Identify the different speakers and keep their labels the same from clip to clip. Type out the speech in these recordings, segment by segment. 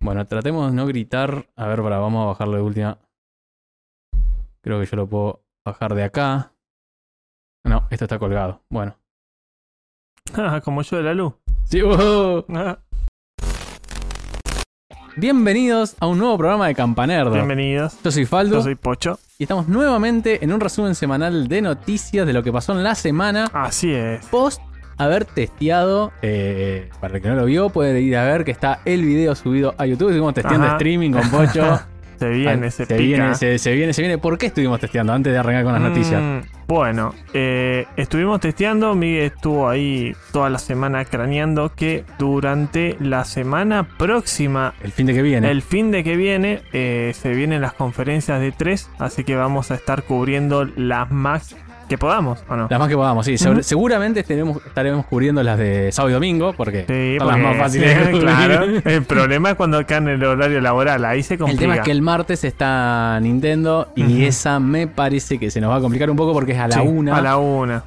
Speaker 1: Bueno, tratemos de no gritar. A ver, para, vamos a bajarlo de última. Creo que yo lo puedo bajar de acá. No, esto está colgado. Bueno.
Speaker 2: Como yo de la luz. Ah,
Speaker 1: Sí, uh. wow. Bienvenidos a un nuevo programa de Campanerdo.
Speaker 2: Bienvenidos.
Speaker 1: Yo soy Faldo
Speaker 2: Yo soy Pocho.
Speaker 1: y estamos nuevamente en un resumen semanal de noticias de lo que pasó en la semana
Speaker 2: Así es.
Speaker 1: post haber testeado. eh, para el que no lo vio, puede ir a ver que está el video subido a YouTube. Estuvimos testeando
Speaker 2: Ajá.
Speaker 1: streaming con Pocho.
Speaker 2: Se viene,
Speaker 1: Ah, se
Speaker 2: se, pica.
Speaker 1: viene, se, se viene, se viene. ¿Por qué estuvimos testeando antes de arrancar con las noticias?
Speaker 2: Mm, bueno, eh, estuvimos testeando. Miguel estuvo ahí toda la semana craneando que durante la semana próxima
Speaker 1: El fin de que viene.
Speaker 2: El fin de que viene eh, se vienen las conferencias de tres, así que vamos a estar cubriendo las más que podamos, ¿o no?
Speaker 1: Las más que podamos, sí. Sobre-
Speaker 2: Ujú.
Speaker 1: Seguramente tenemos- estaremos cubriendo las de sábado y domingo, porque
Speaker 2: Sí,
Speaker 1: son las
Speaker 2: porque-
Speaker 1: más fáciles de cubrir.
Speaker 2: claro. El problema es cuando caen el horario laboral, ahí se
Speaker 1: El
Speaker 2: complica.
Speaker 1: tema es que el martes está Nintendo y
Speaker 2: Ujú.
Speaker 1: esa me parece que se nos va a complicar un poco porque es a la
Speaker 2: Sí,
Speaker 1: una.
Speaker 2: A la una.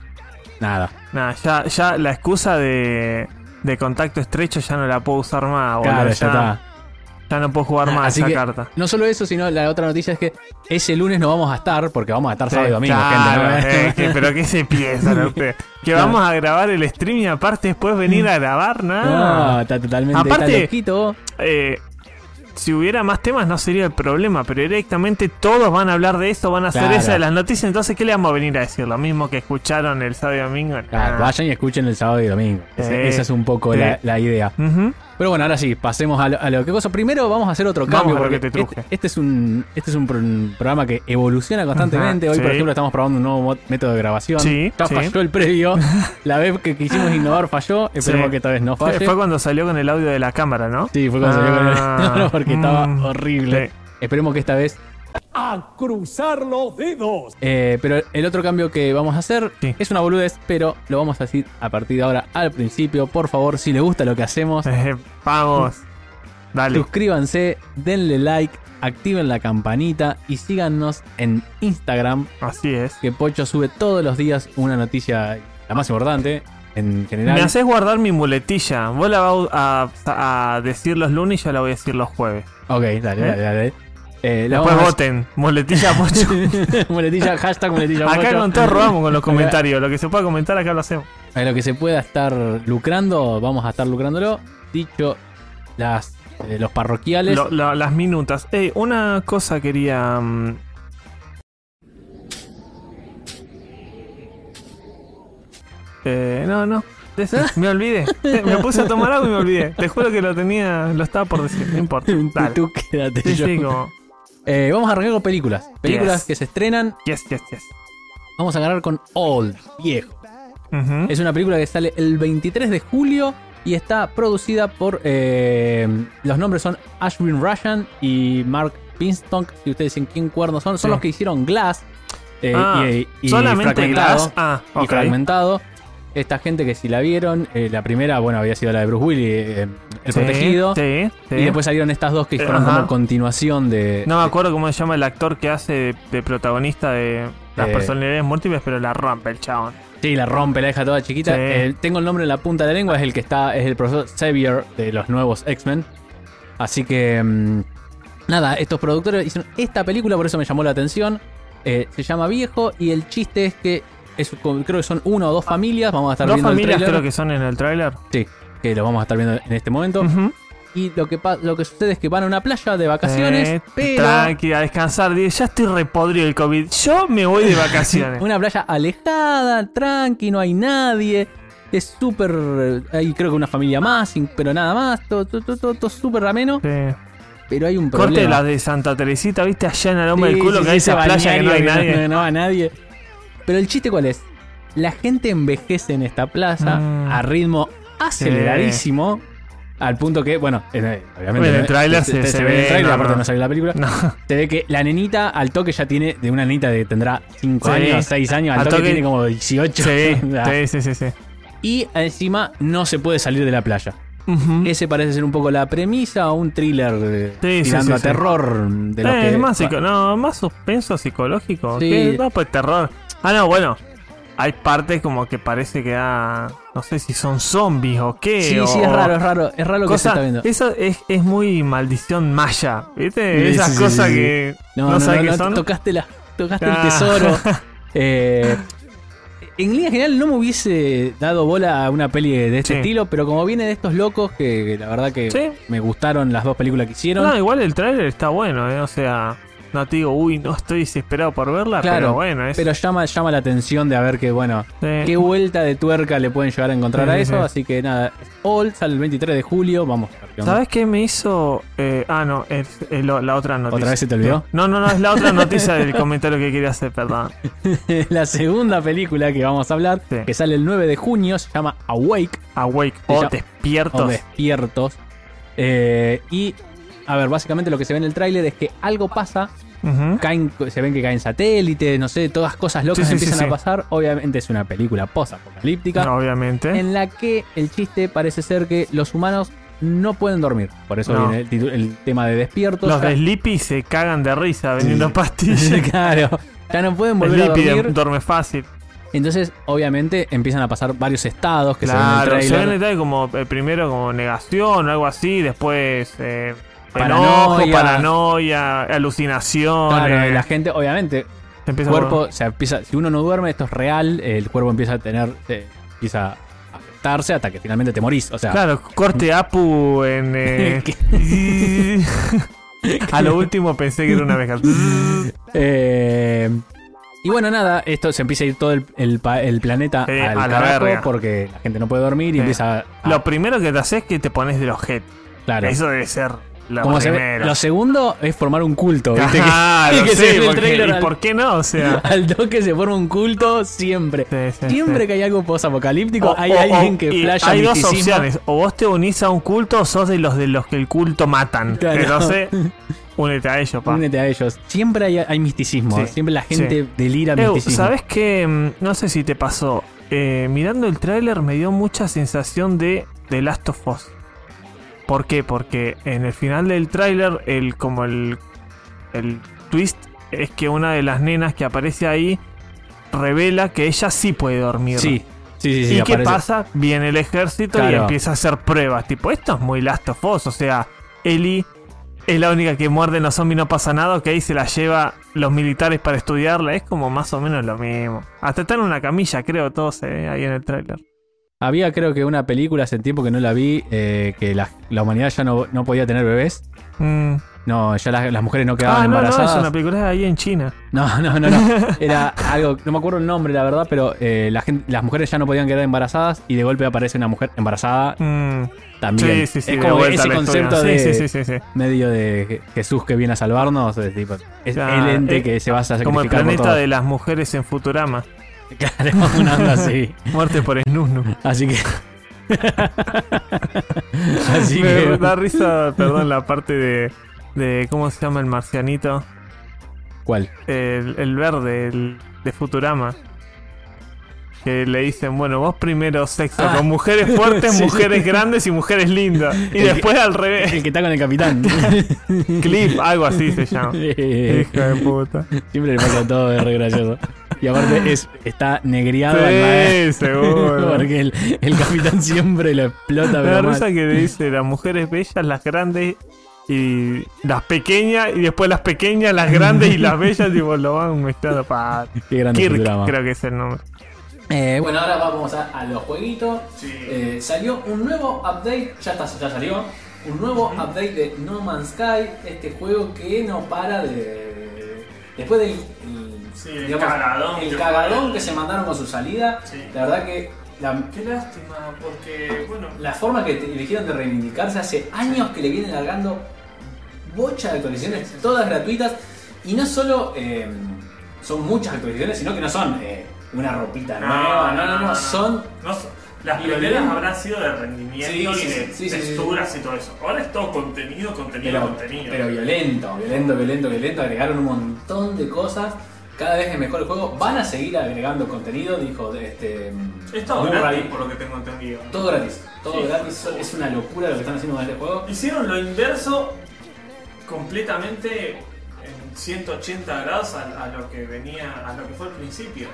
Speaker 1: Nada.
Speaker 2: Nah, ya, ya la excusa de, de contacto estrecho ya no la puedo usar más, boludo,
Speaker 1: Claro, ya está.
Speaker 2: ya no puedo jugar más
Speaker 1: Así
Speaker 2: esa
Speaker 1: que-
Speaker 2: carta.
Speaker 1: No solo eso, sino la otra noticia es que ese lunes no vamos a estar, porque vamos a estar sábado y
Speaker 2: Sí,
Speaker 1: domingo,
Speaker 2: claro,
Speaker 1: gente. ¿no?
Speaker 2: eh, que- pero qué se piensan ustedes. Que
Speaker 1: Claro.
Speaker 2: vamos a grabar el stream y aparte después venir a grabar, nada.
Speaker 1: No, está totalmente
Speaker 2: Ah. Aparte-
Speaker 1: está loquito vos.
Speaker 2: eh, si hubiera más temas no sería el problema, pero directamente todos van a hablar de esto, van a hacer
Speaker 1: Claro.
Speaker 2: esa de las noticias, entonces ¿qué le vamos a venir a decir? Lo mismo que escucharon el sábado y domingo.
Speaker 1: Claro,
Speaker 2: Ah.
Speaker 1: Vayan y escuchen el sábado y domingo. Ese-
Speaker 2: Eh,
Speaker 1: esa es un poco
Speaker 2: eh.
Speaker 1: la, la idea.
Speaker 2: Ujú.
Speaker 1: Pero bueno, ahora sí, pasemos a lo, a lo que cosa. Primero vamos a hacer otro
Speaker 2: Vamos
Speaker 1: cambio.
Speaker 2: a lo
Speaker 1: porque
Speaker 2: que te truje.
Speaker 1: este, este es un este es un, pro- un programa que evoluciona constantemente.
Speaker 2: Ajá,
Speaker 1: Hoy, por
Speaker 2: sí.
Speaker 1: ejemplo, estamos probando un nuevo mo- método de grabación.
Speaker 2: Sí,
Speaker 1: ya
Speaker 2: sí.
Speaker 1: falló el previo. La vez que quisimos innovar falló. Esperemos
Speaker 2: Sí.
Speaker 1: que esta vez no falle.
Speaker 2: Fue, fue cuando salió con el audio de la cámara, ¿no?
Speaker 1: Sí, fue cuando salió con el-
Speaker 2: Ah,
Speaker 1: No, no, porque estaba
Speaker 2: mm,
Speaker 1: horrible.
Speaker 2: sí.
Speaker 1: Esperemos que esta vez.
Speaker 3: a cruzar los dedos.
Speaker 1: eh, pero el otro cambio que vamos a hacer
Speaker 2: Sí.
Speaker 1: es una boludez, pero lo vamos a decir a partir de ahora al principio. Por favor, si les gusta lo que hacemos,
Speaker 2: Eh, vamos. Dale.
Speaker 1: Suscríbanse, denle like, activen la campanita y síganos en Instagram,
Speaker 2: Así es.
Speaker 1: que Pocho sube todos los días una noticia, la más importante en
Speaker 2: Me
Speaker 1: general.
Speaker 2: haces guardar mi muletilla. Vos la vas a, a decir los lunes y yo la voy a decir los jueves.
Speaker 1: Ok, dale, dale, dale. Eh, la
Speaker 2: Después
Speaker 1: vamos a-
Speaker 2: voten. Muletilla pocho.
Speaker 1: muletilla, hashtag muletilla.
Speaker 2: Acá
Speaker 1: Pocho.
Speaker 2: con todo robamos con los
Speaker 1: Acá-
Speaker 2: comentarios. Lo que se pueda comentar acá lo hacemos.
Speaker 1: A lo que se pueda estar lucrando, vamos a estar lucrándolo. Dicho las, eh, los parroquiales.
Speaker 2: Lo- lo- las minutas. Ey, una cosa quería. mm, Eh, no, no. Decí, Me olvidé. Eh, Me puse a tomar agua y me olvidé. Te juro que lo tenía. Lo estaba por decir. No importa.
Speaker 1: Tú-
Speaker 2: Dale.
Speaker 1: tú quédate
Speaker 2: Sí,
Speaker 1: yo.
Speaker 2: sí, como.
Speaker 1: Eh, vamos a arrancar con películas. Películas
Speaker 2: Yes.
Speaker 1: que se estrenan.
Speaker 2: Yes, yes, yes.
Speaker 1: Vamos a agarrar con Old, viejo.
Speaker 2: Ujú.
Speaker 1: Es una película que sale el 23 de julio y está producida por. eh, los nombres son Ashwin Russian y Mark Pinstonk. Si ustedes dicen quién cuernos son, son
Speaker 2: Sí.
Speaker 1: los que hicieron Glass. eh,
Speaker 2: Ah,
Speaker 1: y, y
Speaker 2: Solamente
Speaker 1: fragmentado,
Speaker 2: Glass. Ah,
Speaker 1: Y
Speaker 2: ok.
Speaker 1: fragmentado. Esta gente que si la vieron, eh, la primera, bueno, había sido la de Bruce Willis, eh, El
Speaker 2: Sí,
Speaker 1: Protegido.
Speaker 2: Sí, sí.
Speaker 1: Y después salieron estas dos que
Speaker 2: Eh,
Speaker 1: fueron como
Speaker 2: ajá.
Speaker 1: continuación de.
Speaker 2: No me acuerdo cómo se llama el actor que hace de, de protagonista de las
Speaker 1: Eh.
Speaker 2: personalidades múltiples, pero la rompe el chabón.
Speaker 1: Sí, la rompe, la deja toda chiquita.
Speaker 2: Sí.
Speaker 1: Eh, tengo el nombre en la punta de la lengua, es el que está, es el profesor Xavier de los nuevos X-Men. Así que, mm, nada, estos productores hicieron esta película, por eso me llamó la atención. Eh, se llama Viejo y el chiste es que, es- creo que son una o dos familias, vamos a estar
Speaker 2: Dos
Speaker 1: viendo
Speaker 2: familias
Speaker 1: el trailer,
Speaker 2: creo que son en el tráiler.
Speaker 1: Sí, que lo vamos a estar viendo en este momento.
Speaker 2: Ujú.
Speaker 1: Y lo que, pa- lo que sucede es que van a una playa de vacaciones,
Speaker 2: Eh,
Speaker 1: pero...
Speaker 2: Tranqui, a descansar. Digo, Ya estoy repodrido el COVID. Yo me voy de vacaciones.
Speaker 1: Una playa alejada, tranqui, no hay nadie. Es súper. eh, Hay creo que una familia más, sin- pero nada más. Todo, todo, todo, todo, todo súper ameno.
Speaker 2: Sí.
Speaker 1: Pero hay un
Speaker 2: Corte
Speaker 1: problema.
Speaker 2: la de Santa Teresita, viste, allá en el hombre
Speaker 1: Sí,
Speaker 2: del culo
Speaker 1: sí,
Speaker 2: que
Speaker 1: sí,
Speaker 2: hay
Speaker 1: ese
Speaker 2: esa playa que no hay
Speaker 1: balneario que
Speaker 2: nadie.
Speaker 1: no va nadie. Pero el chiste, ¿cuál es? La gente envejece en esta plaza
Speaker 2: Mm.
Speaker 1: a ritmo aceleradísimo. Al punto que, bueno, eh, obviamente.
Speaker 2: Bueno, el
Speaker 1: ¿no?
Speaker 2: tráiler se- se
Speaker 1: ve en el
Speaker 2: ve,
Speaker 1: tráiler,
Speaker 2: no,
Speaker 1: aparte no.
Speaker 2: no.
Speaker 1: salió la película.
Speaker 2: No.
Speaker 1: Se ve que la nenita al toque ya tiene, de una nenita que tendrá 5
Speaker 2: Sí.
Speaker 1: años, 6 años, al,
Speaker 2: Al
Speaker 1: toque,
Speaker 2: toque-
Speaker 1: tiene como 18.
Speaker 2: Sí,
Speaker 1: O sea,
Speaker 2: sí, sí, sí. sí.
Speaker 1: Y encima no se puede salir de la playa.
Speaker 2: Ujú.
Speaker 1: Ese parece ser un poco la premisa o un thriller eh,
Speaker 2: Sí, sí,
Speaker 1: tirando
Speaker 2: sí,
Speaker 1: a
Speaker 2: sí.
Speaker 1: terror de los
Speaker 2: Eh,
Speaker 1: que-
Speaker 2: más psico- no, más suspenso psicológico.
Speaker 1: Sí.
Speaker 2: ¿Qué? No, pues terror. Ah, no, bueno. Hay partes como que parece que da No sé si son zombies o qué.
Speaker 1: Sí,
Speaker 2: o-
Speaker 1: sí, es raro, es raro. Es raro que se
Speaker 2: cosa-
Speaker 1: está viendo.
Speaker 2: Eso es, es muy maldición maya. ¿Viste?
Speaker 1: Sí,
Speaker 2: Esas
Speaker 1: sí, sí,
Speaker 2: cosas
Speaker 1: sí, sí.
Speaker 2: que no,
Speaker 1: No, no,
Speaker 2: sabes
Speaker 1: no, no,
Speaker 2: qué son.
Speaker 1: tocaste, la, tocaste el
Speaker 2: Ah.
Speaker 1: tesoro. Eh, en línea general no me hubiese dado bola a una peli de este
Speaker 2: Sí.
Speaker 1: estilo, pero como viene de estos locos, que, que la verdad que
Speaker 2: Sí.
Speaker 1: me gustaron las dos películas que hicieron.
Speaker 2: No, igual el tráiler está bueno, ¿eh? O sea, no te digo, uy, no estoy desesperado por verla,
Speaker 1: claro,
Speaker 2: pero bueno, es.
Speaker 1: pero llama, llama la atención de a ver que, bueno,
Speaker 2: eh,
Speaker 1: qué vuelta de tuerca le pueden llegar a encontrar
Speaker 2: Sí,
Speaker 1: a
Speaker 2: sí,
Speaker 1: eso.
Speaker 2: sí.
Speaker 1: Así que nada, es All sale el 23 de julio, vamos a ver qué onda.
Speaker 2: ¿Sabes qué me hizo? eh, ah, no, es, es lo- la otra noticia.
Speaker 1: ¿Otra vez se te olvidó?
Speaker 2: No, no, no, es la otra noticia del comentario que quería hacer, perdón.
Speaker 1: la segunda película que vamos a hablar,
Speaker 2: Sí.
Speaker 1: que sale el 9 de junio, se llama Awake.
Speaker 2: Awake,
Speaker 1: Se
Speaker 2: o
Speaker 1: llama- o
Speaker 2: despiertos.
Speaker 1: despiertos. Eh, y, a ver, básicamente lo que se ve en el tráiler es que algo pasa,
Speaker 2: Ujú.
Speaker 1: caen, se ven que caen satélites, no sé, todas cosas locas
Speaker 2: Sí, sí,
Speaker 1: empiezan
Speaker 2: sí, sí.
Speaker 1: a pasar. Obviamente es una película post-apocalíptica
Speaker 2: Obviamente.
Speaker 1: en la que el chiste parece ser que los humanos no pueden dormir. Por eso
Speaker 2: No.
Speaker 1: viene el, titu- el tema de despiertos.
Speaker 2: Los
Speaker 1: Ya-
Speaker 2: de Sleepy se cagan de risa vendiendo pastillas.
Speaker 1: claro, ya no pueden volver
Speaker 2: Sleepy
Speaker 1: a
Speaker 2: de-
Speaker 1: dormir.
Speaker 2: duerme fácil.
Speaker 1: Entonces, obviamente, empiezan a pasar varios estados que
Speaker 2: Claro,
Speaker 1: se
Speaker 2: se
Speaker 1: ven en el
Speaker 2: ven
Speaker 1: tráiler.
Speaker 2: el trailer como eh, primero como negación o algo así, después eh, enojo,
Speaker 1: Paranoia.
Speaker 2: paranoia, alucinaciones.
Speaker 1: Claro, y la gente, obviamente,
Speaker 2: Se empieza a-
Speaker 1: cuerpo, o sea, empieza, si uno no duerme, esto es real, el cuerpo empieza a tener, eh, empieza a afectarse hasta que finalmente te morís. O sea,
Speaker 2: Claro, corte Apu en. eh, a lo último pensé que era una abeja.
Speaker 1: eh, y bueno, nada, esto se empieza a ir todo el, el pa- el planeta
Speaker 2: Eh,
Speaker 1: al
Speaker 2: a la
Speaker 1: carajo
Speaker 2: verga.
Speaker 1: porque la gente no puede dormir y
Speaker 2: Sí.
Speaker 1: empieza a.
Speaker 2: lo primero que te haces es que te pones de los head.
Speaker 1: claro.
Speaker 2: Eso debe ser lo
Speaker 1: Como se ve-
Speaker 2: primero.
Speaker 1: lo segundo es formar un culto, ¿viste? Que-
Speaker 2: Claro,
Speaker 1: que se
Speaker 2: sí,
Speaker 1: ve en el
Speaker 2: porque-
Speaker 1: trailer
Speaker 2: ¿y
Speaker 1: al-
Speaker 2: por qué no? O sea.
Speaker 1: al toque se forma un culto siempre.
Speaker 2: sí, sí, sí.
Speaker 1: Siempre que hay algo post-apocalíptico,
Speaker 2: O-
Speaker 1: hay
Speaker 2: o-
Speaker 1: alguien
Speaker 2: o-
Speaker 1: que
Speaker 2: y
Speaker 1: flasha
Speaker 2: Hay dos
Speaker 1: misticismo.
Speaker 2: opciones. O vos te unís a un culto o sos de los de los que el culto matan.
Speaker 1: Claro.
Speaker 2: Entonces, únete a ellos, pa.
Speaker 1: Únete a ellos. Siempre hay, hay misticismo.
Speaker 2: Sí,
Speaker 1: Siempre la gente
Speaker 2: sí.
Speaker 1: delira
Speaker 2: Ew,
Speaker 1: misticismo.
Speaker 2: ¿sabes qué? Mm, No sé si te pasó. Eh, mirando el tráiler me dio mucha sensación de The Last of Us. ¿Por qué? Porque en el final del tráiler, el, como el, el twist es que una de las nenas que aparece ahí revela que ella sí puede dormir.
Speaker 1: Sí, sí, sí. sí,
Speaker 2: ¿Y qué
Speaker 1: aparece.
Speaker 2: pasa? Viene el ejército y
Speaker 1: Claro.
Speaker 2: empieza a hacer pruebas. Tipo, esto es muy Last of Us. O sea, Ellie es la única que muerde en los zombies, no pasa nada. Que ahí se la lleva los militares para estudiarla. Es como más o menos lo mismo. Hasta está en una camilla, creo, todo se ve ahí en el tráiler.
Speaker 1: Había creo que una película hace tiempo que no la vi, eh, que la, la humanidad ya no, no podía tener bebés.
Speaker 2: Mm.
Speaker 1: No, ya las, las mujeres no quedaban
Speaker 2: Ah, no, no, es
Speaker 1: embarazadas.
Speaker 2: una película de ahí en China.
Speaker 1: No, no, no, no. Era algo, no me acuerdo el nombre, la verdad, pero eh, la gen- las mujeres ya no podían quedar embarazadas y de golpe aparece una mujer embarazada
Speaker 2: Mm.
Speaker 1: también.
Speaker 2: Sí, sí, sí.
Speaker 1: es
Speaker 2: de
Speaker 1: como
Speaker 2: vuelta
Speaker 1: ese
Speaker 2: al estudio.
Speaker 1: concepto
Speaker 2: Sí,
Speaker 1: de
Speaker 2: sí, sí, sí, sí.
Speaker 1: medio de Je- Jesús que viene a salvarnos. Es, tipo, es
Speaker 2: Ah,
Speaker 1: el ente
Speaker 2: eh,
Speaker 1: que se va a sacrificar
Speaker 2: Como el
Speaker 1: por
Speaker 2: planeta
Speaker 1: todos.
Speaker 2: de las mujeres en Futurama.
Speaker 1: Claro, una onda así.
Speaker 2: Muerte por Snusnu.
Speaker 1: Así que. Así
Speaker 2: me
Speaker 1: que.
Speaker 2: da risa, perdón, la parte de, de. ¿Cómo se llama el marcianito?
Speaker 1: ¿Cuál?
Speaker 2: el, el verde, el de Futurama. Que le dicen, bueno, vos primero sexo
Speaker 1: Ah.
Speaker 2: con mujeres fuertes,
Speaker 1: Sí.
Speaker 2: mujeres grandes y mujeres lindas. Y
Speaker 1: El que-
Speaker 2: después al revés,
Speaker 1: El que está con el capitán.
Speaker 2: clip, algo así se llama.
Speaker 1: Eh,
Speaker 2: Hija de puta.
Speaker 1: Siempre le pasa todo de re gracioso. Y aparte es, está negriado el maestro.
Speaker 2: Sí, seguro.
Speaker 1: Porque el, el capitán siempre lo explota,
Speaker 2: Me da
Speaker 1: pero mal.
Speaker 2: risa que le dice las mujeres bellas, las grandes y las pequeñas, y después las pequeñas, las grandes y las bellas, y vos lo van mezclando para.
Speaker 1: Qué grande
Speaker 2: Kirk,
Speaker 1: Futurama.
Speaker 2: creo que es el nombre.
Speaker 1: Eh, bueno, ahora vamos a, a los jueguitos. Eh, salió un nuevo update, ya, está, ya salió, un nuevo update de No Man's Sky, este juego que no para de... Después del el,
Speaker 4: Sí, el cagadón
Speaker 1: el
Speaker 4: que
Speaker 1: cagadón
Speaker 4: fue.
Speaker 1: que se mandaron con su salida,
Speaker 4: Sí.
Speaker 1: la verdad que la,
Speaker 4: Qué lástima, porque, bueno,
Speaker 1: la forma que te- eligieron de reivindicarse hace años que le vienen largando bocha de actualizaciones, todas gratuitas, y no solo eh, son muchas actualizaciones, sino que no son eh, una ropita nueva, no, no, no, son
Speaker 4: no son- las
Speaker 1: Nivel
Speaker 4: primeras
Speaker 1: uno.
Speaker 4: habrán sido de rendimiento
Speaker 1: Sí,
Speaker 4: y
Speaker 1: sí,
Speaker 4: de
Speaker 1: sí, sí, sí, sí.
Speaker 4: texturas y todo eso. Ahora es todo contenido, contenido,
Speaker 1: Pero,
Speaker 4: contenido.
Speaker 1: pero violento, violento, violento, violento. Agregaron un montón de cosas. Cada vez es mejor el juego. Van a seguir agregando contenido, dijo este.
Speaker 4: es todo
Speaker 1: Murray.
Speaker 4: gratis, por lo que tengo entendido.
Speaker 1: Todo gratis. Todo
Speaker 4: Sí.
Speaker 1: gratis. Es una locura lo que están haciendo con este juego.
Speaker 4: Hicieron lo inverso completamente en 180 grados a, a lo que venía, a lo que fue al principio.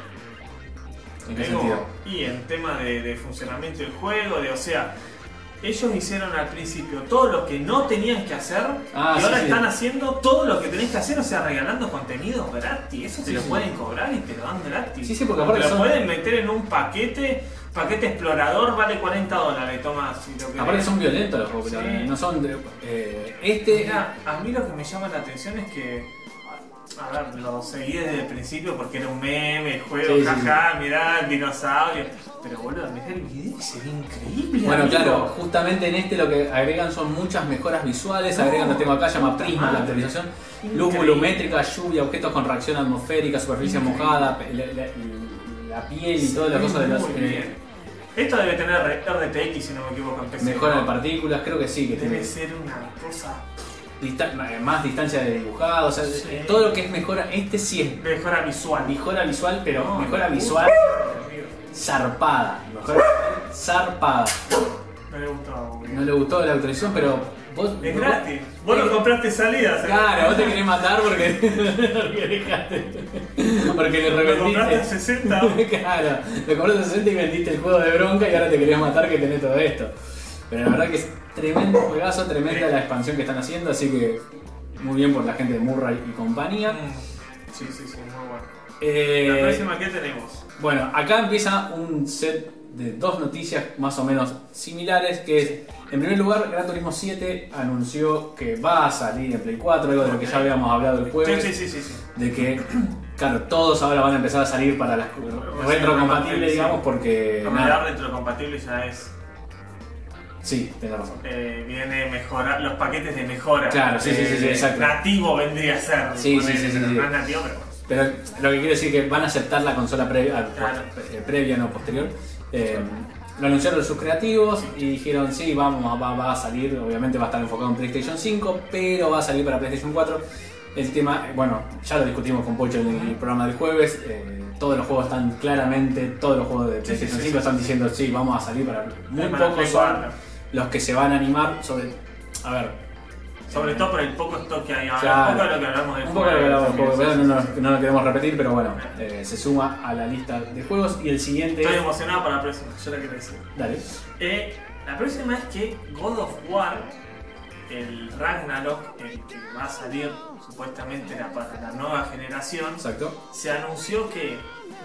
Speaker 5: ¿En
Speaker 2: Mirá
Speaker 5: qué
Speaker 2: como-
Speaker 5: sentido?
Speaker 2: Y en tema de, de funcionamiento del juego, de, o sea, ellos hicieron al principio todo lo que no tenían que hacer
Speaker 1: Ah,
Speaker 2: y
Speaker 1: sí,
Speaker 2: ahora
Speaker 1: sí.
Speaker 2: están haciendo todo lo que tenés que hacer, o sea, regalando contenido gratis. Eso
Speaker 1: Sí,
Speaker 2: te lo
Speaker 1: sí.
Speaker 2: pueden cobrar y te lo dan gratis.
Speaker 1: Sí, sí, porque aparte
Speaker 2: Te lo
Speaker 1: son-
Speaker 2: pueden meter en un paquete, paquete explorador, vale 40 dólares, tomás. si lo querés.
Speaker 1: Aparte son violentos los juegos,
Speaker 2: Sí. Ah,
Speaker 1: no son de- eh, este
Speaker 2: Mira, a mí lo que me llama la atención es que. A ver, lo seguí desde el principio porque era un meme, el juego,
Speaker 1: Sí, sí,
Speaker 2: jaja, mirá, el dinosaurio. Pero boludo, mirá el video y se ve increíble.
Speaker 1: Bueno,
Speaker 2: amigo.
Speaker 1: claro, justamente en este lo que agregan son muchas mejoras visuales, agregan lo que tengo acá, llama prisma la actualización, luz
Speaker 2: Ah, Increíble.
Speaker 1: volumétrica, lluvia, objetos con reacción atmosférica, superficie mojada, pe- la, la- la piel y todas las cosas de las
Speaker 2: Muy
Speaker 1: eh,
Speaker 2: bien. Esto debe tener re- RTX, si no me equivoco, en PC.
Speaker 1: mejora de partículas, creo que sí, que tiene
Speaker 2: Debe ser una cosa.
Speaker 1: distan- eh, más distancia de dibujado, o sea,
Speaker 2: Sí.
Speaker 1: eh, todo lo que es mejora, este sí es
Speaker 2: Mejora visual.
Speaker 1: mejora visual, pero
Speaker 2: No,
Speaker 1: mejora
Speaker 2: me gusta.
Speaker 1: visual zarpada, mejora zarpada.
Speaker 2: No le gustaba, boludo.
Speaker 1: No le gustó la actualización, pero vos...
Speaker 2: Es
Speaker 1: no-
Speaker 2: gratis. Vos no compraste salidas. ¿eh?
Speaker 1: Claro, vos te querés matar porque, porque dejaste. Porque le
Speaker 2: Lo compraste en
Speaker 1: revendiste.
Speaker 2: 60.
Speaker 1: claro, lo compraste en 60 y vendiste el juego de bronca y ahora te querés matar que tenés todo esto. Pero la verdad que es tremendo juegazo, tremenda la expansión que están haciendo, así que muy bien por la gente de Murray y compañía.
Speaker 2: Mm, Sí, sí, sí, muy bueno. La
Speaker 1: Eh,
Speaker 2: próxima, ¿qué tenemos?
Speaker 1: bueno, acá empieza un set de dos noticias más o menos similares, que es, en primer lugar, Gran Turismo 7 anunció que va a salir en Play 4, algo de lo que ya habíamos hablado el jueves.
Speaker 2: Sí, sí, sí, sí. sí.
Speaker 1: de que, claro, todos ahora van a empezar a salir para las retrocompatibles, digamos, porque.
Speaker 2: Como
Speaker 1: eh, nada,
Speaker 2: la retrocompatible ya es.
Speaker 1: sí, tenés razón.
Speaker 2: eh, viene mejora, los paquetes de mejora.
Speaker 1: Claro, sí, sí, sí, sí,
Speaker 2: Eh,
Speaker 1: exacto.
Speaker 2: Nativo vendría a ser.
Speaker 1: Sí,
Speaker 2: ponele,
Speaker 1: sí, sí, sí,
Speaker 2: pero
Speaker 1: sí.
Speaker 2: No es nativo, pero bueno.
Speaker 1: Pero lo que quiero decir es que van a aceptar la consola previa, ah,
Speaker 2: Claro.
Speaker 1: eh, previa no posterior. Eh, lo anunciaron sus creativos y dijeron, sí, vamos, va, va a salir, obviamente va a estar enfocado en PlayStation 5, pero va a salir para PlayStation 4. El tema, eh, bueno, ya lo discutimos con Pocho en el programa del jueves, eh, todos los juegos están claramente, todos los juegos de
Speaker 2: Sí, sí,
Speaker 1: PlayStation
Speaker 2: sí,
Speaker 1: 5
Speaker 2: sí.
Speaker 1: están diciendo, sí, vamos a salir para... Muy
Speaker 2: Para
Speaker 1: pocos
Speaker 2: Play
Speaker 1: son
Speaker 2: 4.
Speaker 1: los que se van a animar sobre... A ver,
Speaker 2: Sobre todo por el poco stock que hay ahora.
Speaker 1: Claro.
Speaker 2: Un poco de lo que hablamos del
Speaker 1: un poco lo que hablamos,
Speaker 2: también,
Speaker 1: porque
Speaker 2: sí,
Speaker 1: no,
Speaker 2: sí,
Speaker 1: nos-
Speaker 2: sí.
Speaker 1: no lo queremos repetir, pero bueno, eh, se suma a la lista de juegos y el siguiente
Speaker 2: Estoy
Speaker 1: es...
Speaker 2: emocionado para la próxima, yo la quiero decir.
Speaker 1: Dale.
Speaker 2: Eh, la próxima es que God of War, el Ragnarok, el que va a salir supuestamente la- para la nueva generación,
Speaker 1: Exacto.
Speaker 2: se anunció que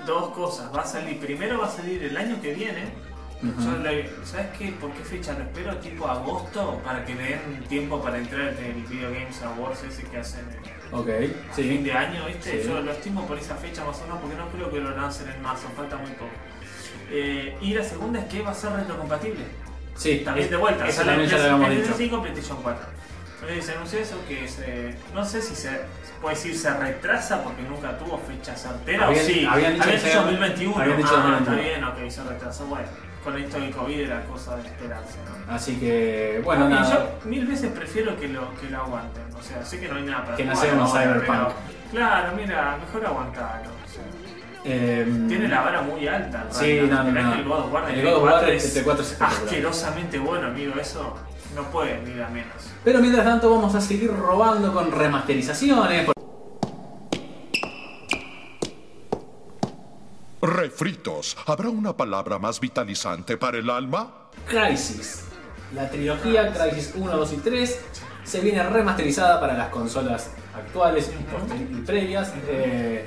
Speaker 2: dos cosas. Va a salir, primero va a salir el año que viene. Yo le- ¿Sabes qué? ¿Por qué fecha lo espero? Tipo agosto, para que le den tiempo para entrar en el Video Games Awards ese que hacen a
Speaker 1: Ok.
Speaker 2: fin
Speaker 1: Sí.
Speaker 2: de año, ¿viste?
Speaker 1: Sí.
Speaker 2: Yo lo estimo por esa fecha más o menos, porque no creo que lo lancen en marzo, falta muy poco. Eh, y la segunda es que va a ser retrocompatible.
Speaker 1: Sí.
Speaker 2: También de vuelta,
Speaker 1: Eso
Speaker 2: sale
Speaker 1: también ya
Speaker 2: en
Speaker 1: lo habíamos
Speaker 2: PlayStation
Speaker 1: dicho.
Speaker 2: 5 PlayStation 4. Entonces se anunció eso que se, no sé si se se puede decir se retrasa porque nunca tuvo fecha certera
Speaker 1: Habían-
Speaker 2: o sí.
Speaker 1: habían dicho que se-
Speaker 2: 2021.
Speaker 1: habían dicho
Speaker 2: ah,
Speaker 1: 2021.
Speaker 2: está bien, ok, se retrasó. Bueno, con esto del COVID era cosa de esperarse, ¿no?
Speaker 1: Así que, bueno,
Speaker 2: Ah, Y
Speaker 1: nada.
Speaker 2: yo mil veces prefiero que lo, que lo aguanten. O sea, sé que no hay nada para
Speaker 1: Que no
Speaker 2: jugar
Speaker 1: sea un
Speaker 2: ahora,
Speaker 1: cyberpunk.
Speaker 2: pero- Claro, mira, mejor aguantarlo. o sea.
Speaker 1: em,
Speaker 2: Tiene la vara muy alta.
Speaker 1: Sí,
Speaker 2: realmente.
Speaker 1: no, no,
Speaker 2: Mirá
Speaker 1: no.
Speaker 2: que El God of War, de
Speaker 1: El
Speaker 2: Play
Speaker 1: God of War
Speaker 2: 4
Speaker 1: de 64 es espectacular.
Speaker 2: asquerosamente bueno, amigo. Eso no puede ni a menos.
Speaker 1: Pero mientras tanto vamos a seguir robando con remasterizaciones. por-
Speaker 6: Refritos, ¿habrá una palabra más vitalizante para el alma?
Speaker 1: Crisis. La trilogía Crisis 1, 2 y 3 se viene remasterizada para las consolas actuales y poster- y previas. Eh,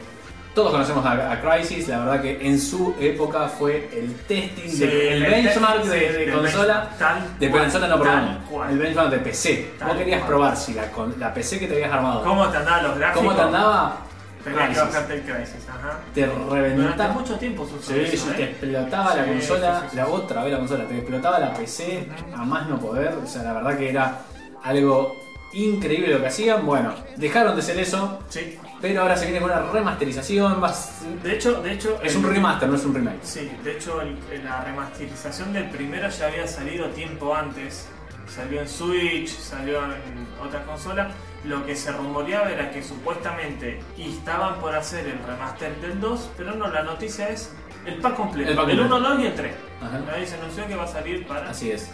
Speaker 1: todos conocemos a, a Crisis, la verdad que en su época fue el testing,
Speaker 2: Sí,
Speaker 1: de- el,
Speaker 2: el
Speaker 1: benchmark
Speaker 2: testing,
Speaker 1: de,
Speaker 2: sí,
Speaker 1: de
Speaker 2: del
Speaker 1: consola.
Speaker 2: bench- tal
Speaker 1: de
Speaker 2: cual,
Speaker 1: consola no,
Speaker 2: tal
Speaker 1: perdón,
Speaker 2: cual.
Speaker 1: El benchmark de PC.
Speaker 2: Tal
Speaker 1: Vos querías
Speaker 2: cual.
Speaker 1: probar si la, con- la PC que te habías armado.
Speaker 2: ¿Cómo te andaban los gráficos?
Speaker 1: ¿Cómo te andaba?
Speaker 2: Tenías que
Speaker 1: Crisis.
Speaker 2: bajarte el Crisis, ajá.
Speaker 1: Te
Speaker 2: Durante
Speaker 1: reventaba.
Speaker 2: mucho tiempo
Speaker 1: Sí,
Speaker 2: sucedió eso,
Speaker 1: sí, te
Speaker 2: ¿eh?
Speaker 1: explotaba la
Speaker 2: Sí,
Speaker 1: consola,
Speaker 2: sí, sí, sí.
Speaker 1: la otra vez la consola, te explotaba la PC a más no poder, o sea, la verdad que era algo increíble lo que hacían. Bueno, dejaron de hacer eso,
Speaker 2: Sí.
Speaker 1: pero ahora se viene con una remasterización, más-
Speaker 2: De hecho, de hecho.
Speaker 1: es
Speaker 2: el-
Speaker 1: un remaster, no es un remake.
Speaker 2: Sí, de hecho el- la remasterización del primero ya había salido tiempo antes. Salió en Switch, salió en otras consolas. Lo que se rumoreaba era que supuestamente estaban por hacer el remaster del 2, pero no, la noticia es el pack
Speaker 1: El
Speaker 2: completo. El,
Speaker 1: pack completo.
Speaker 2: 1, 2 y el 3.
Speaker 1: Ajá.
Speaker 2: Ahí se anunció que va a salir para... Ah,
Speaker 1: Así es.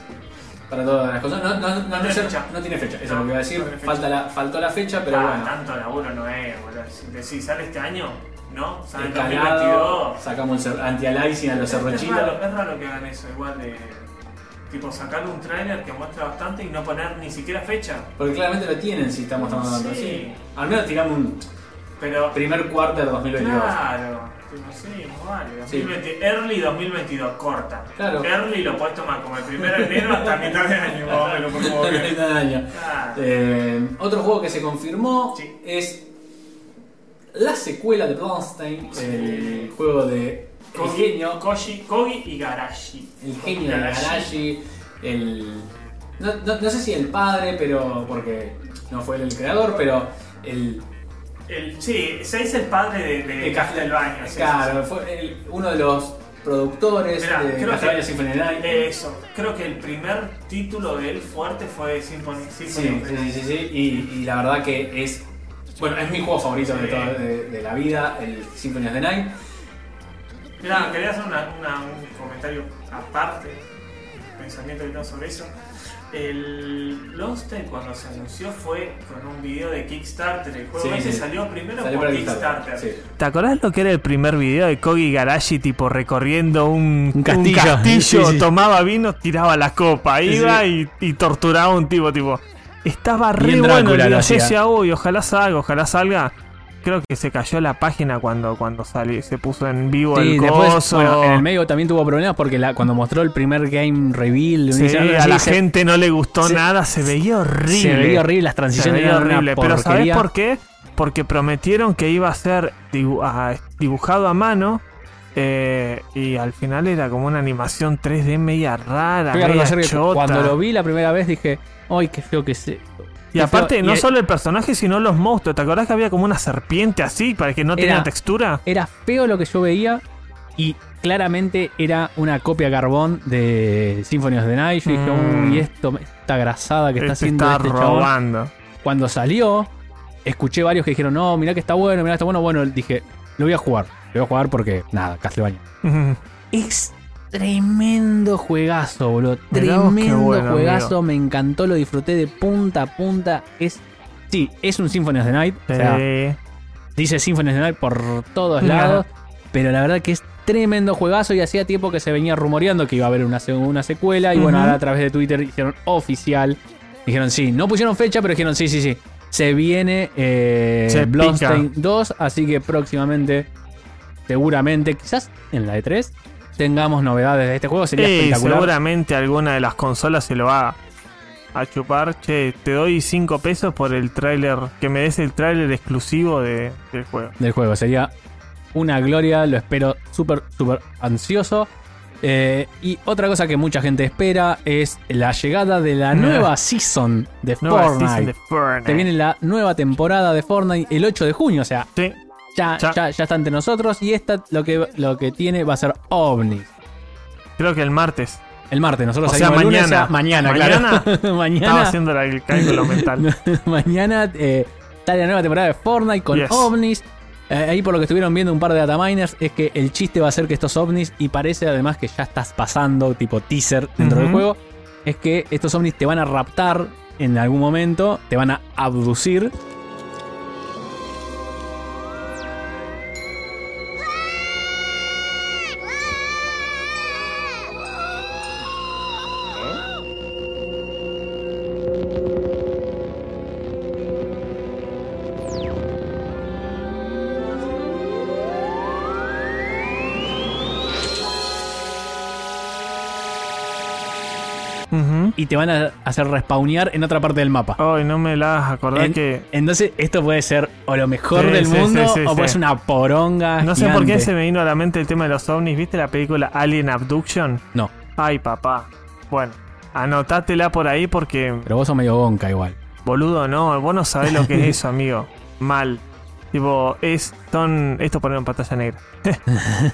Speaker 1: Para todas las cosas. No, no- no- no
Speaker 2: tiene
Speaker 1: sé-
Speaker 2: fecha.
Speaker 1: no tiene fecha, eso es
Speaker 2: No,
Speaker 1: lo que iba a
Speaker 2: no
Speaker 1: decir.
Speaker 2: tiene fecha.
Speaker 1: Falta la, faltó la fecha, pero
Speaker 2: Ah,
Speaker 1: bueno.
Speaker 2: Tanto laburo no es, boludo. Si decís, sale este año,
Speaker 4: ¿no? O sea, en
Speaker 7: Escalado,
Speaker 4: 2022.
Speaker 7: sacamos el anti-aliasing a los
Speaker 4: Es
Speaker 7: cerrochitos.
Speaker 4: raro, es raro que hagan eso, igual de. Tipo, sacar un tráiler que muestra bastante y no poner ni siquiera fecha.
Speaker 7: Porque claramente lo tienen si estamos tomando tanto.
Speaker 4: Sí.
Speaker 7: Sí. Al menos tiramos un
Speaker 4: Pero.
Speaker 7: primer cuarto de 2022.
Speaker 4: Claro, tipo, sí, más vale.
Speaker 7: Sí.
Speaker 4: 2020 Early 2022, corta.
Speaker 7: Claro.
Speaker 4: Early lo puedes tomar como el primero de enero hasta mitad de año, más o menos, por favor.
Speaker 7: Está bien, está bien.
Speaker 4: Claro.
Speaker 7: Eh, otro juego que se confirmó
Speaker 4: Sí.
Speaker 7: es la secuela de Blonstein, el juego de el
Speaker 4: Kogi,
Speaker 7: genio,
Speaker 4: Koji- Kogi y Garashi.
Speaker 7: el genio de Garashi, el no, no- no sé si el padre, pero porque no fue él el creador, pero el
Speaker 4: El- sí, se dice el padre de, de
Speaker 7: el-
Speaker 4: Castlevania. sí, sí,
Speaker 7: claro, fue el- uno de los productores
Speaker 4: Mirá,
Speaker 7: de
Speaker 4: creo
Speaker 7: Castlevania
Speaker 4: que- eh,
Speaker 7: Symphony of the Night.
Speaker 4: sí. Eso, creo que el primer título de él fuerte fue Symphony.
Speaker 7: Sí,
Speaker 4: Symphony of the
Speaker 7: sí,
Speaker 4: Night.
Speaker 7: sí, sí, sí. Y, y la verdad que es. Bueno, es mi juego favorito de,
Speaker 4: Sí.
Speaker 7: todo- de, de la vida, el Symphony of the Night.
Speaker 4: Mira, quería hacer una- una- un comentario aparte, pensamiento que tengo sobre eso. El Lonsdale cuando se anunció fue con un video de Kickstarter. El juego
Speaker 7: Sí,
Speaker 4: ese
Speaker 7: sí.
Speaker 4: salió primero
Speaker 7: Salió
Speaker 4: por
Speaker 7: para
Speaker 4: Kickstarter.
Speaker 7: Kickstarter. Sí.
Speaker 2: ¿Te acordás lo que era el primer video de Kogi Garashi, tipo recorriendo un,
Speaker 1: Un castillo.
Speaker 2: castillo,
Speaker 1: Sí, sí.
Speaker 2: tomaba vino, tiraba la copa, iba Y, y torturaba a un tipo, tipo. Estaba re
Speaker 1: Bien
Speaker 2: bueno
Speaker 1: Drácula
Speaker 2: el
Speaker 1: lo
Speaker 2: video,
Speaker 1: hacía.
Speaker 2: decía, "Uy, ojalá salga, ojalá salga. Creo que se cayó la página cuando, cuando salió, se puso en vivo
Speaker 1: Sí,
Speaker 2: el
Speaker 1: después,
Speaker 2: coso.
Speaker 1: bueno, en el medio también tuvo problemas porque la, cuando mostró el primer game reveal,
Speaker 2: Sí,
Speaker 1: dice,
Speaker 2: a la
Speaker 1: se-
Speaker 2: gente no le gustó
Speaker 1: se-
Speaker 2: nada, se veía horrible.
Speaker 1: se veía horrible, las transiciones
Speaker 2: Se veía
Speaker 1: eran una
Speaker 2: horrible, pero ¿sabes
Speaker 1: porquería.
Speaker 2: por qué? Porque prometieron que iba a ser dibu- a- dibujado a mano eh, y al final era como una animación 3D media rara,
Speaker 1: Tengo que
Speaker 2: media
Speaker 1: reconocer que
Speaker 2: chota.
Speaker 1: cuando lo vi la primera vez dije, ay, qué feo que se.
Speaker 2: y
Speaker 1: qué
Speaker 2: aparte,
Speaker 1: feo".
Speaker 2: no
Speaker 1: Y
Speaker 2: solo el personaje, sino los monstruos. ¿Te acordás que había como una serpiente así para que no tenía
Speaker 1: Era-
Speaker 2: textura?
Speaker 1: Era feo lo que yo veía y claramente era una copia carbón de Symphony of the Night. Yo dije,
Speaker 2: Mm.
Speaker 1: uy, esto, esta grasada que está
Speaker 2: Este
Speaker 1: haciendo
Speaker 2: está
Speaker 1: este chabón".
Speaker 2: robando.
Speaker 1: Cuando salió, escuché varios que dijeron, no, mirá que está bueno, mirá que está bueno. Bueno, dije, lo voy a jugar. Lo voy a jugar porque, nada, Castlevania.
Speaker 2: Ujú.
Speaker 1: Es tremendo juegazo, boludo.
Speaker 2: Mirá vos qué
Speaker 1: Tremendo
Speaker 2: bueno,
Speaker 1: juegazo. Me encantó, lo disfruté de punta a punta. Es. Sí, es un Symphony of the Night. O sea,
Speaker 2: Sí.
Speaker 1: dice Symphony of the Night por todos
Speaker 2: Ajá.
Speaker 1: lados. Pero la verdad que es tremendo juegazo y hacía tiempo que se venía rumoreando que iba a haber una, se- una secuela. Y bueno,
Speaker 2: Ujú.
Speaker 1: ahora a través de Twitter hicieron oficial. Dijeron sí, no pusieron fecha, pero dijeron sí, sí, sí. Se viene eh,
Speaker 2: Se pica.
Speaker 1: Bloodstained 2, así que próximamente, seguramente, quizás en la E3, tengamos novedades de este juego. Sería
Speaker 2: Eh,
Speaker 1: espectacular.
Speaker 2: seguramente alguna de las consolas se lo va a chupar. Che, te doy 5 pesos por el tráiler, que me des el tráiler exclusivo de, del juego.
Speaker 1: del juego. Sería una gloria, lo espero súper, súper ansioso. Eh, y otra cosa que mucha gente espera es la llegada de la
Speaker 2: Nah.
Speaker 1: nueva season de
Speaker 2: Nueva
Speaker 1: Fortnite.
Speaker 2: season de Fortnite.
Speaker 1: Se viene la nueva temporada de Fortnite el 8 de junio, o sea,
Speaker 2: Sí.
Speaker 1: ya,
Speaker 2: Ya.
Speaker 1: ya. Ya, está entre nosotros. Y esta lo que, lo que tiene va a ser OVNIs.
Speaker 2: Creo que el martes.
Speaker 1: El martes, nosotros
Speaker 2: O sea,
Speaker 1: salimos el lunes,
Speaker 2: mañana.
Speaker 1: o sea, mañana, claro.
Speaker 2: Estaba
Speaker 1: mañana,
Speaker 2: haciendo la- el cálculo mental.
Speaker 1: mañana eh, sale la nueva temporada de Fortnite con
Speaker 2: Yes.
Speaker 1: ovnis. Eh, ahí por lo que estuvieron viendo un par de dataminers es que el chiste va a ser que estos ovnis, y parece además que ya estás pasando tipo teaser dentro del
Speaker 2: Ujú.
Speaker 1: juego, es que estos ovnis te van a raptar en algún momento, te van a abducir.
Speaker 2: Ujú.
Speaker 1: y te van a hacer respawnear en otra parte del mapa.
Speaker 2: Ay, no me la hagas acordar
Speaker 1: En-
Speaker 2: que.
Speaker 1: Entonces, esto puede ser o lo mejor
Speaker 2: Sí,
Speaker 1: del
Speaker 2: sí,
Speaker 1: mundo
Speaker 2: sí, sí,
Speaker 1: o puede
Speaker 2: sí.
Speaker 1: ser una poronga.
Speaker 2: No sé por qué
Speaker 1: gigante.
Speaker 2: se me vino a la mente el tema de los ovnis. ¿Viste la película Alien Abduction?
Speaker 1: No,
Speaker 2: Ay, papá. Bueno, anotátela por ahí porque
Speaker 1: pero vos sos medio gonca igual.
Speaker 2: Boludo, no, vos no sabés lo que es eso, amigo. Mal. Tipo, es, son, esto poner en pantalla negra.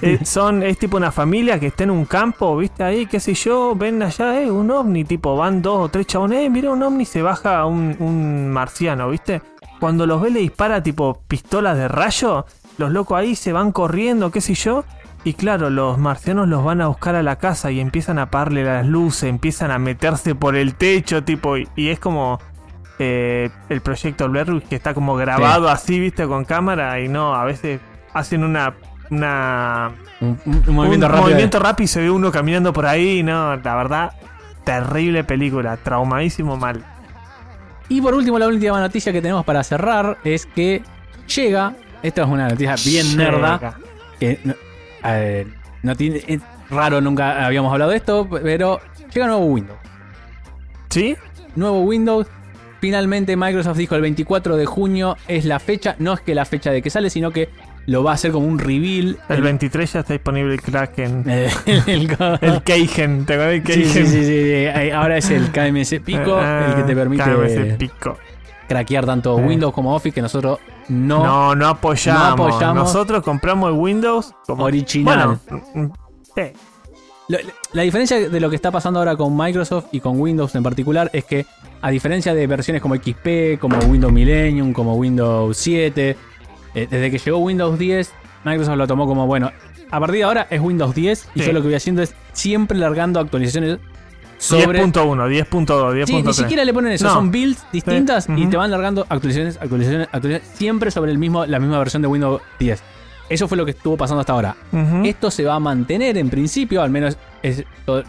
Speaker 2: Eh, son, es tipo una familia que está en un campo, viste ahí, qué sé yo, ven allá, eh, un ovni, tipo, van dos o tres chabones, eh, mira un ovni, se baja un, un marciano, viste. Cuando los ve le dispara tipo pistolas de rayo, los locos ahí se van corriendo, qué sé yo. Y claro, los marcianos los van a buscar a la casa y empiezan a pararle las luces, empiezan a meterse por el techo, tipo, y- y es como eh, el proyecto Blair Witch, que está como grabado así, viste, con cámara, y no, a veces hacen una. una
Speaker 1: Un, un- un
Speaker 2: un
Speaker 1: movimiento rápido.
Speaker 2: movimiento rápido y se ve uno caminando por ahí. No, la verdad, terrible película. Traumadísimo mal.
Speaker 1: Y por último, la última noticia que tenemos para cerrar es que llega. Esta es una noticia bien
Speaker 2: Llega.
Speaker 1: nerda. Que no, a ver, no tiene, es raro, nunca habíamos hablado de esto, pero llega nuevo Windows.
Speaker 2: ¿Sí?
Speaker 1: Nuevo Windows. Finalmente Microsoft dijo el 24 de junio es la fecha. No es que la fecha de que sale, sino que lo va a hacer como un reveal.
Speaker 2: El 23 ya está disponible el Kraken.
Speaker 1: el, el-
Speaker 2: El Keigen, ¿te acuerdas del
Speaker 1: Sí, sí,
Speaker 2: Keigen?
Speaker 1: sí, sí, sí. Eh, Ahora es el KMS Pico,
Speaker 2: Ah,
Speaker 1: el que te permite
Speaker 2: claro, ese pico.
Speaker 1: craquear tanto
Speaker 2: Eh.
Speaker 1: Windows como Office, que nosotros no,
Speaker 2: No, no apoyamos.
Speaker 1: no apoyamos.
Speaker 2: Nosotros compramos el Windows como
Speaker 1: Original.
Speaker 2: Bueno, mm, mm, sí.
Speaker 1: Lo- La diferencia de lo que está pasando ahora con Microsoft y con Windows en particular es que, a diferencia de versiones como XP, como Windows Millennium, como Windows 7, eh, desde que llegó Windows 10, Microsoft lo tomó como, bueno, a partir de ahora es Windows 10 y
Speaker 2: Sí.
Speaker 1: yo lo que voy haciendo es siempre largando actualizaciones sobre...
Speaker 2: 10.1, 10.2, 10.3.
Speaker 1: Sí, ni siquiera le ponen eso,
Speaker 2: No.
Speaker 1: son builds distintas y
Speaker 2: ujú.
Speaker 1: te van largando actualizaciones, actualizaciones, actualizaciones, siempre sobre el mismo, la misma versión de Windows 10. Eso fue lo que estuvo pasando hasta ahora.
Speaker 2: Ujú.
Speaker 1: Esto se va a mantener en principio, al menos es todo-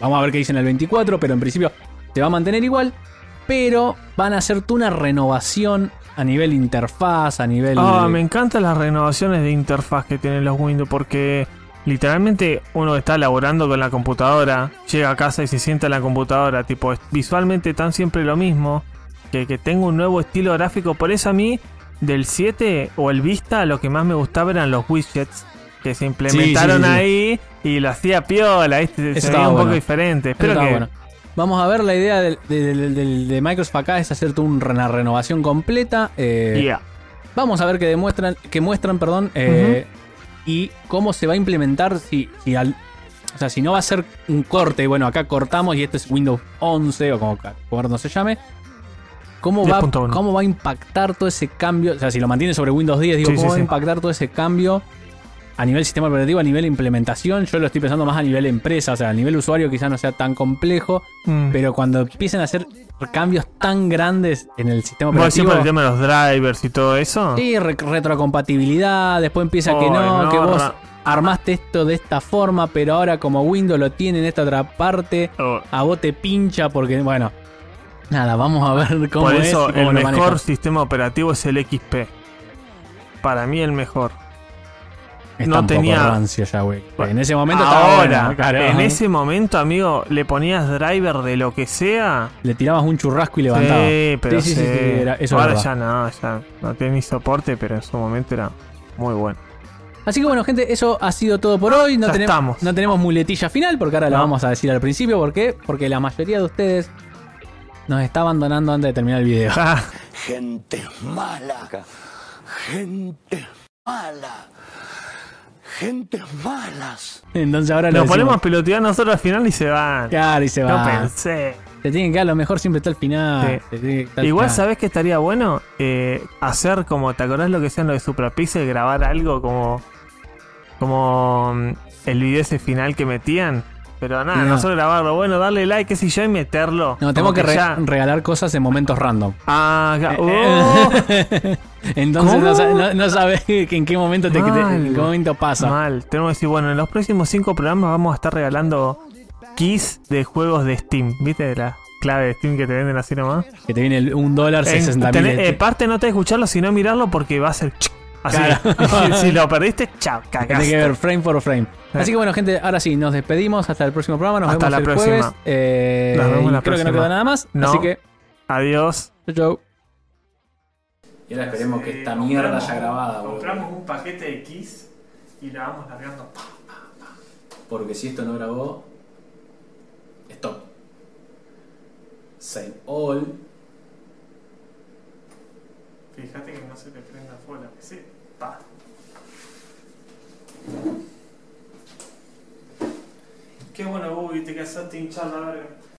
Speaker 1: vamos a ver qué dicen el 24, pero en principio se va a mantener igual, pero van a hacer tú una renovación a nivel interfaz, a nivel
Speaker 2: Ah, me encantan las renovaciones de interfaz que tienen los Windows porque literalmente uno está laborando con la computadora, llega a casa y se sienta en la computadora, tipo es visualmente tan siempre lo mismo, que, que tengo un nuevo estilo gráfico, por eso a mí del 7 o el Vista lo que más me gustaba eran los widgets que se implementaron
Speaker 1: sí, sí.
Speaker 2: ahí y lo hacía piola, este
Speaker 1: Eso
Speaker 2: se veía
Speaker 1: estaba
Speaker 2: un poco
Speaker 1: bueno.
Speaker 2: diferente,
Speaker 1: Pero
Speaker 2: espero que
Speaker 1: bueno. Vamos a ver, la idea del- del- del- del- de Microsoft acá es hacer tú una rena- renovación completa. eh,
Speaker 2: Yeah.
Speaker 1: Vamos a ver qué demuestran, que muestran, perdón, eh, y cómo se va a implementar si, si al- o sea, si no va a ser un corte, bueno, acá cortamos y este es Windows 11 o como ca- cuerno se llame. ¿Cómo va,
Speaker 2: 10.1.
Speaker 1: ¿Cómo va a impactar todo ese cambio? O sea, si lo mantiene sobre Windows 10, digo,
Speaker 2: Sí,
Speaker 1: ¿cómo
Speaker 2: sí,
Speaker 1: va
Speaker 2: sí.
Speaker 1: a impactar todo ese cambio a nivel sistema operativo, a nivel implementación? Yo lo estoy pensando más a nivel empresa, o sea, a nivel usuario quizás no sea tan complejo,
Speaker 2: Mm.
Speaker 1: pero cuando empiecen a hacer cambios tan grandes en el sistema
Speaker 2: ¿Vos decís
Speaker 1: operativo.
Speaker 2: por el tema de los drivers y todo eso?
Speaker 1: Sí, re- retrocompatibilidad, después empieza que
Speaker 2: Ay,
Speaker 1: no,
Speaker 2: no,
Speaker 1: que vos
Speaker 2: ra-
Speaker 1: armaste esto de esta forma, pero ahora como Windows lo tiene en esta otra parte,
Speaker 2: Oh.
Speaker 1: a vos te pincha porque, bueno, nada, vamos a ver cómo
Speaker 2: Por
Speaker 1: es
Speaker 2: eso
Speaker 1: y cómo
Speaker 2: el
Speaker 1: lo
Speaker 2: mejor
Speaker 1: maneja.
Speaker 2: sistema operativo es el XP. Para mí el mejor.
Speaker 1: Está
Speaker 2: no
Speaker 1: un poco
Speaker 2: tenía-
Speaker 1: rancio ya, güey.
Speaker 2: Bueno,
Speaker 1: en ese momento estaba
Speaker 2: Ahora,
Speaker 1: bueno, ¿eh? claro.
Speaker 2: en ese momento, amigo, le ponías driver de lo que sea.
Speaker 1: le tirabas un churrasco y levantaba.
Speaker 2: Sí, pero
Speaker 1: sí, sí,
Speaker 2: sí.
Speaker 1: sí, era- eso es
Speaker 2: Ahora
Speaker 1: verdad.
Speaker 2: ya no, ya no tiene ni soporte, pero en su momento era muy bueno.
Speaker 1: Así que bueno, gente, eso ha sido todo por hoy. No,
Speaker 2: Ya
Speaker 1: tenemos,
Speaker 2: estamos.
Speaker 1: no tenemos muletilla final, porque ahora la
Speaker 2: No.
Speaker 1: vamos a decir al principio. ¿Por qué? Porque la mayoría de ustedes nos está abandonando antes de terminar el video.
Speaker 2: Ah,
Speaker 8: Gente mala. Gente mala. Gente malas.
Speaker 1: Entonces ahora lo
Speaker 2: Nos
Speaker 1: decimos.
Speaker 2: ponemos a pelotear nosotros al final y se van.
Speaker 1: Claro, y se
Speaker 2: No
Speaker 1: va.
Speaker 2: pensé.
Speaker 1: Te tienen que dar lo mejor siempre está al final.
Speaker 2: Sí.
Speaker 1: Te tienen que estar al
Speaker 2: Igual,
Speaker 1: final.
Speaker 2: ¿sabés que estaría bueno? Eh, hacer como, ¿te acordás lo que hacían lo de Suprapixel? Grabar algo como. Como mm, el video ese final que metían. Pero nada,
Speaker 1: No.
Speaker 2: no solo grabarlo. Bueno, darle like, qué sé yo, y meterlo.
Speaker 1: No,
Speaker 2: Como
Speaker 1: tengo que re- Eh,
Speaker 2: ya-
Speaker 1: regalar cosas en momentos random.
Speaker 2: Ah, ga- oh,
Speaker 1: Entonces
Speaker 2: ¿Cómo?
Speaker 1: no, sa- no- no sabes que en qué momento te, que te-
Speaker 2: Mal.
Speaker 1: en qué momento pasa.
Speaker 2: mal. Tenemos que decir, bueno, en los próximos cinco programas vamos a estar regalando keys de juegos de Steam. ¿Viste la clave de Steam que te venden así nomás?
Speaker 1: Que te viene el- un dólar este.
Speaker 2: En-
Speaker 1: 60
Speaker 2: tenés- eh, parte no te escucharlo, sino mirarlo porque va a ser. ch- Así.
Speaker 1: Claro.
Speaker 2: si lo perdiste, chao, cagaste.
Speaker 1: Tiene que ver frame por frame.
Speaker 2: Eh.
Speaker 1: Así que bueno, gente, ahora sí, nos despedimos. Hasta el próximo programa. Nos
Speaker 2: Hasta
Speaker 1: vemos
Speaker 2: la
Speaker 1: el
Speaker 2: próxima.
Speaker 1: jueves. Eh,
Speaker 2: Nos vemos
Speaker 1: y creo
Speaker 2: la
Speaker 1: que no
Speaker 2: próxima.
Speaker 1: quedó nada más.
Speaker 2: No.
Speaker 1: Así que,
Speaker 2: Adiós.
Speaker 1: chau, chau.
Speaker 7: Y ahora esperemos que
Speaker 4: Eh,
Speaker 7: esta
Speaker 4: compramos-
Speaker 7: mierda haya grabada, boludo.
Speaker 4: Compramos un paquete de Kiss y la vamos largando. pa.
Speaker 7: Porque si esto no grabó. Stop. Save all.
Speaker 4: Fíjate que no se te prenda fuego la PC. Pa. Qué bueno, Bubi, te casaste hinchar la verga.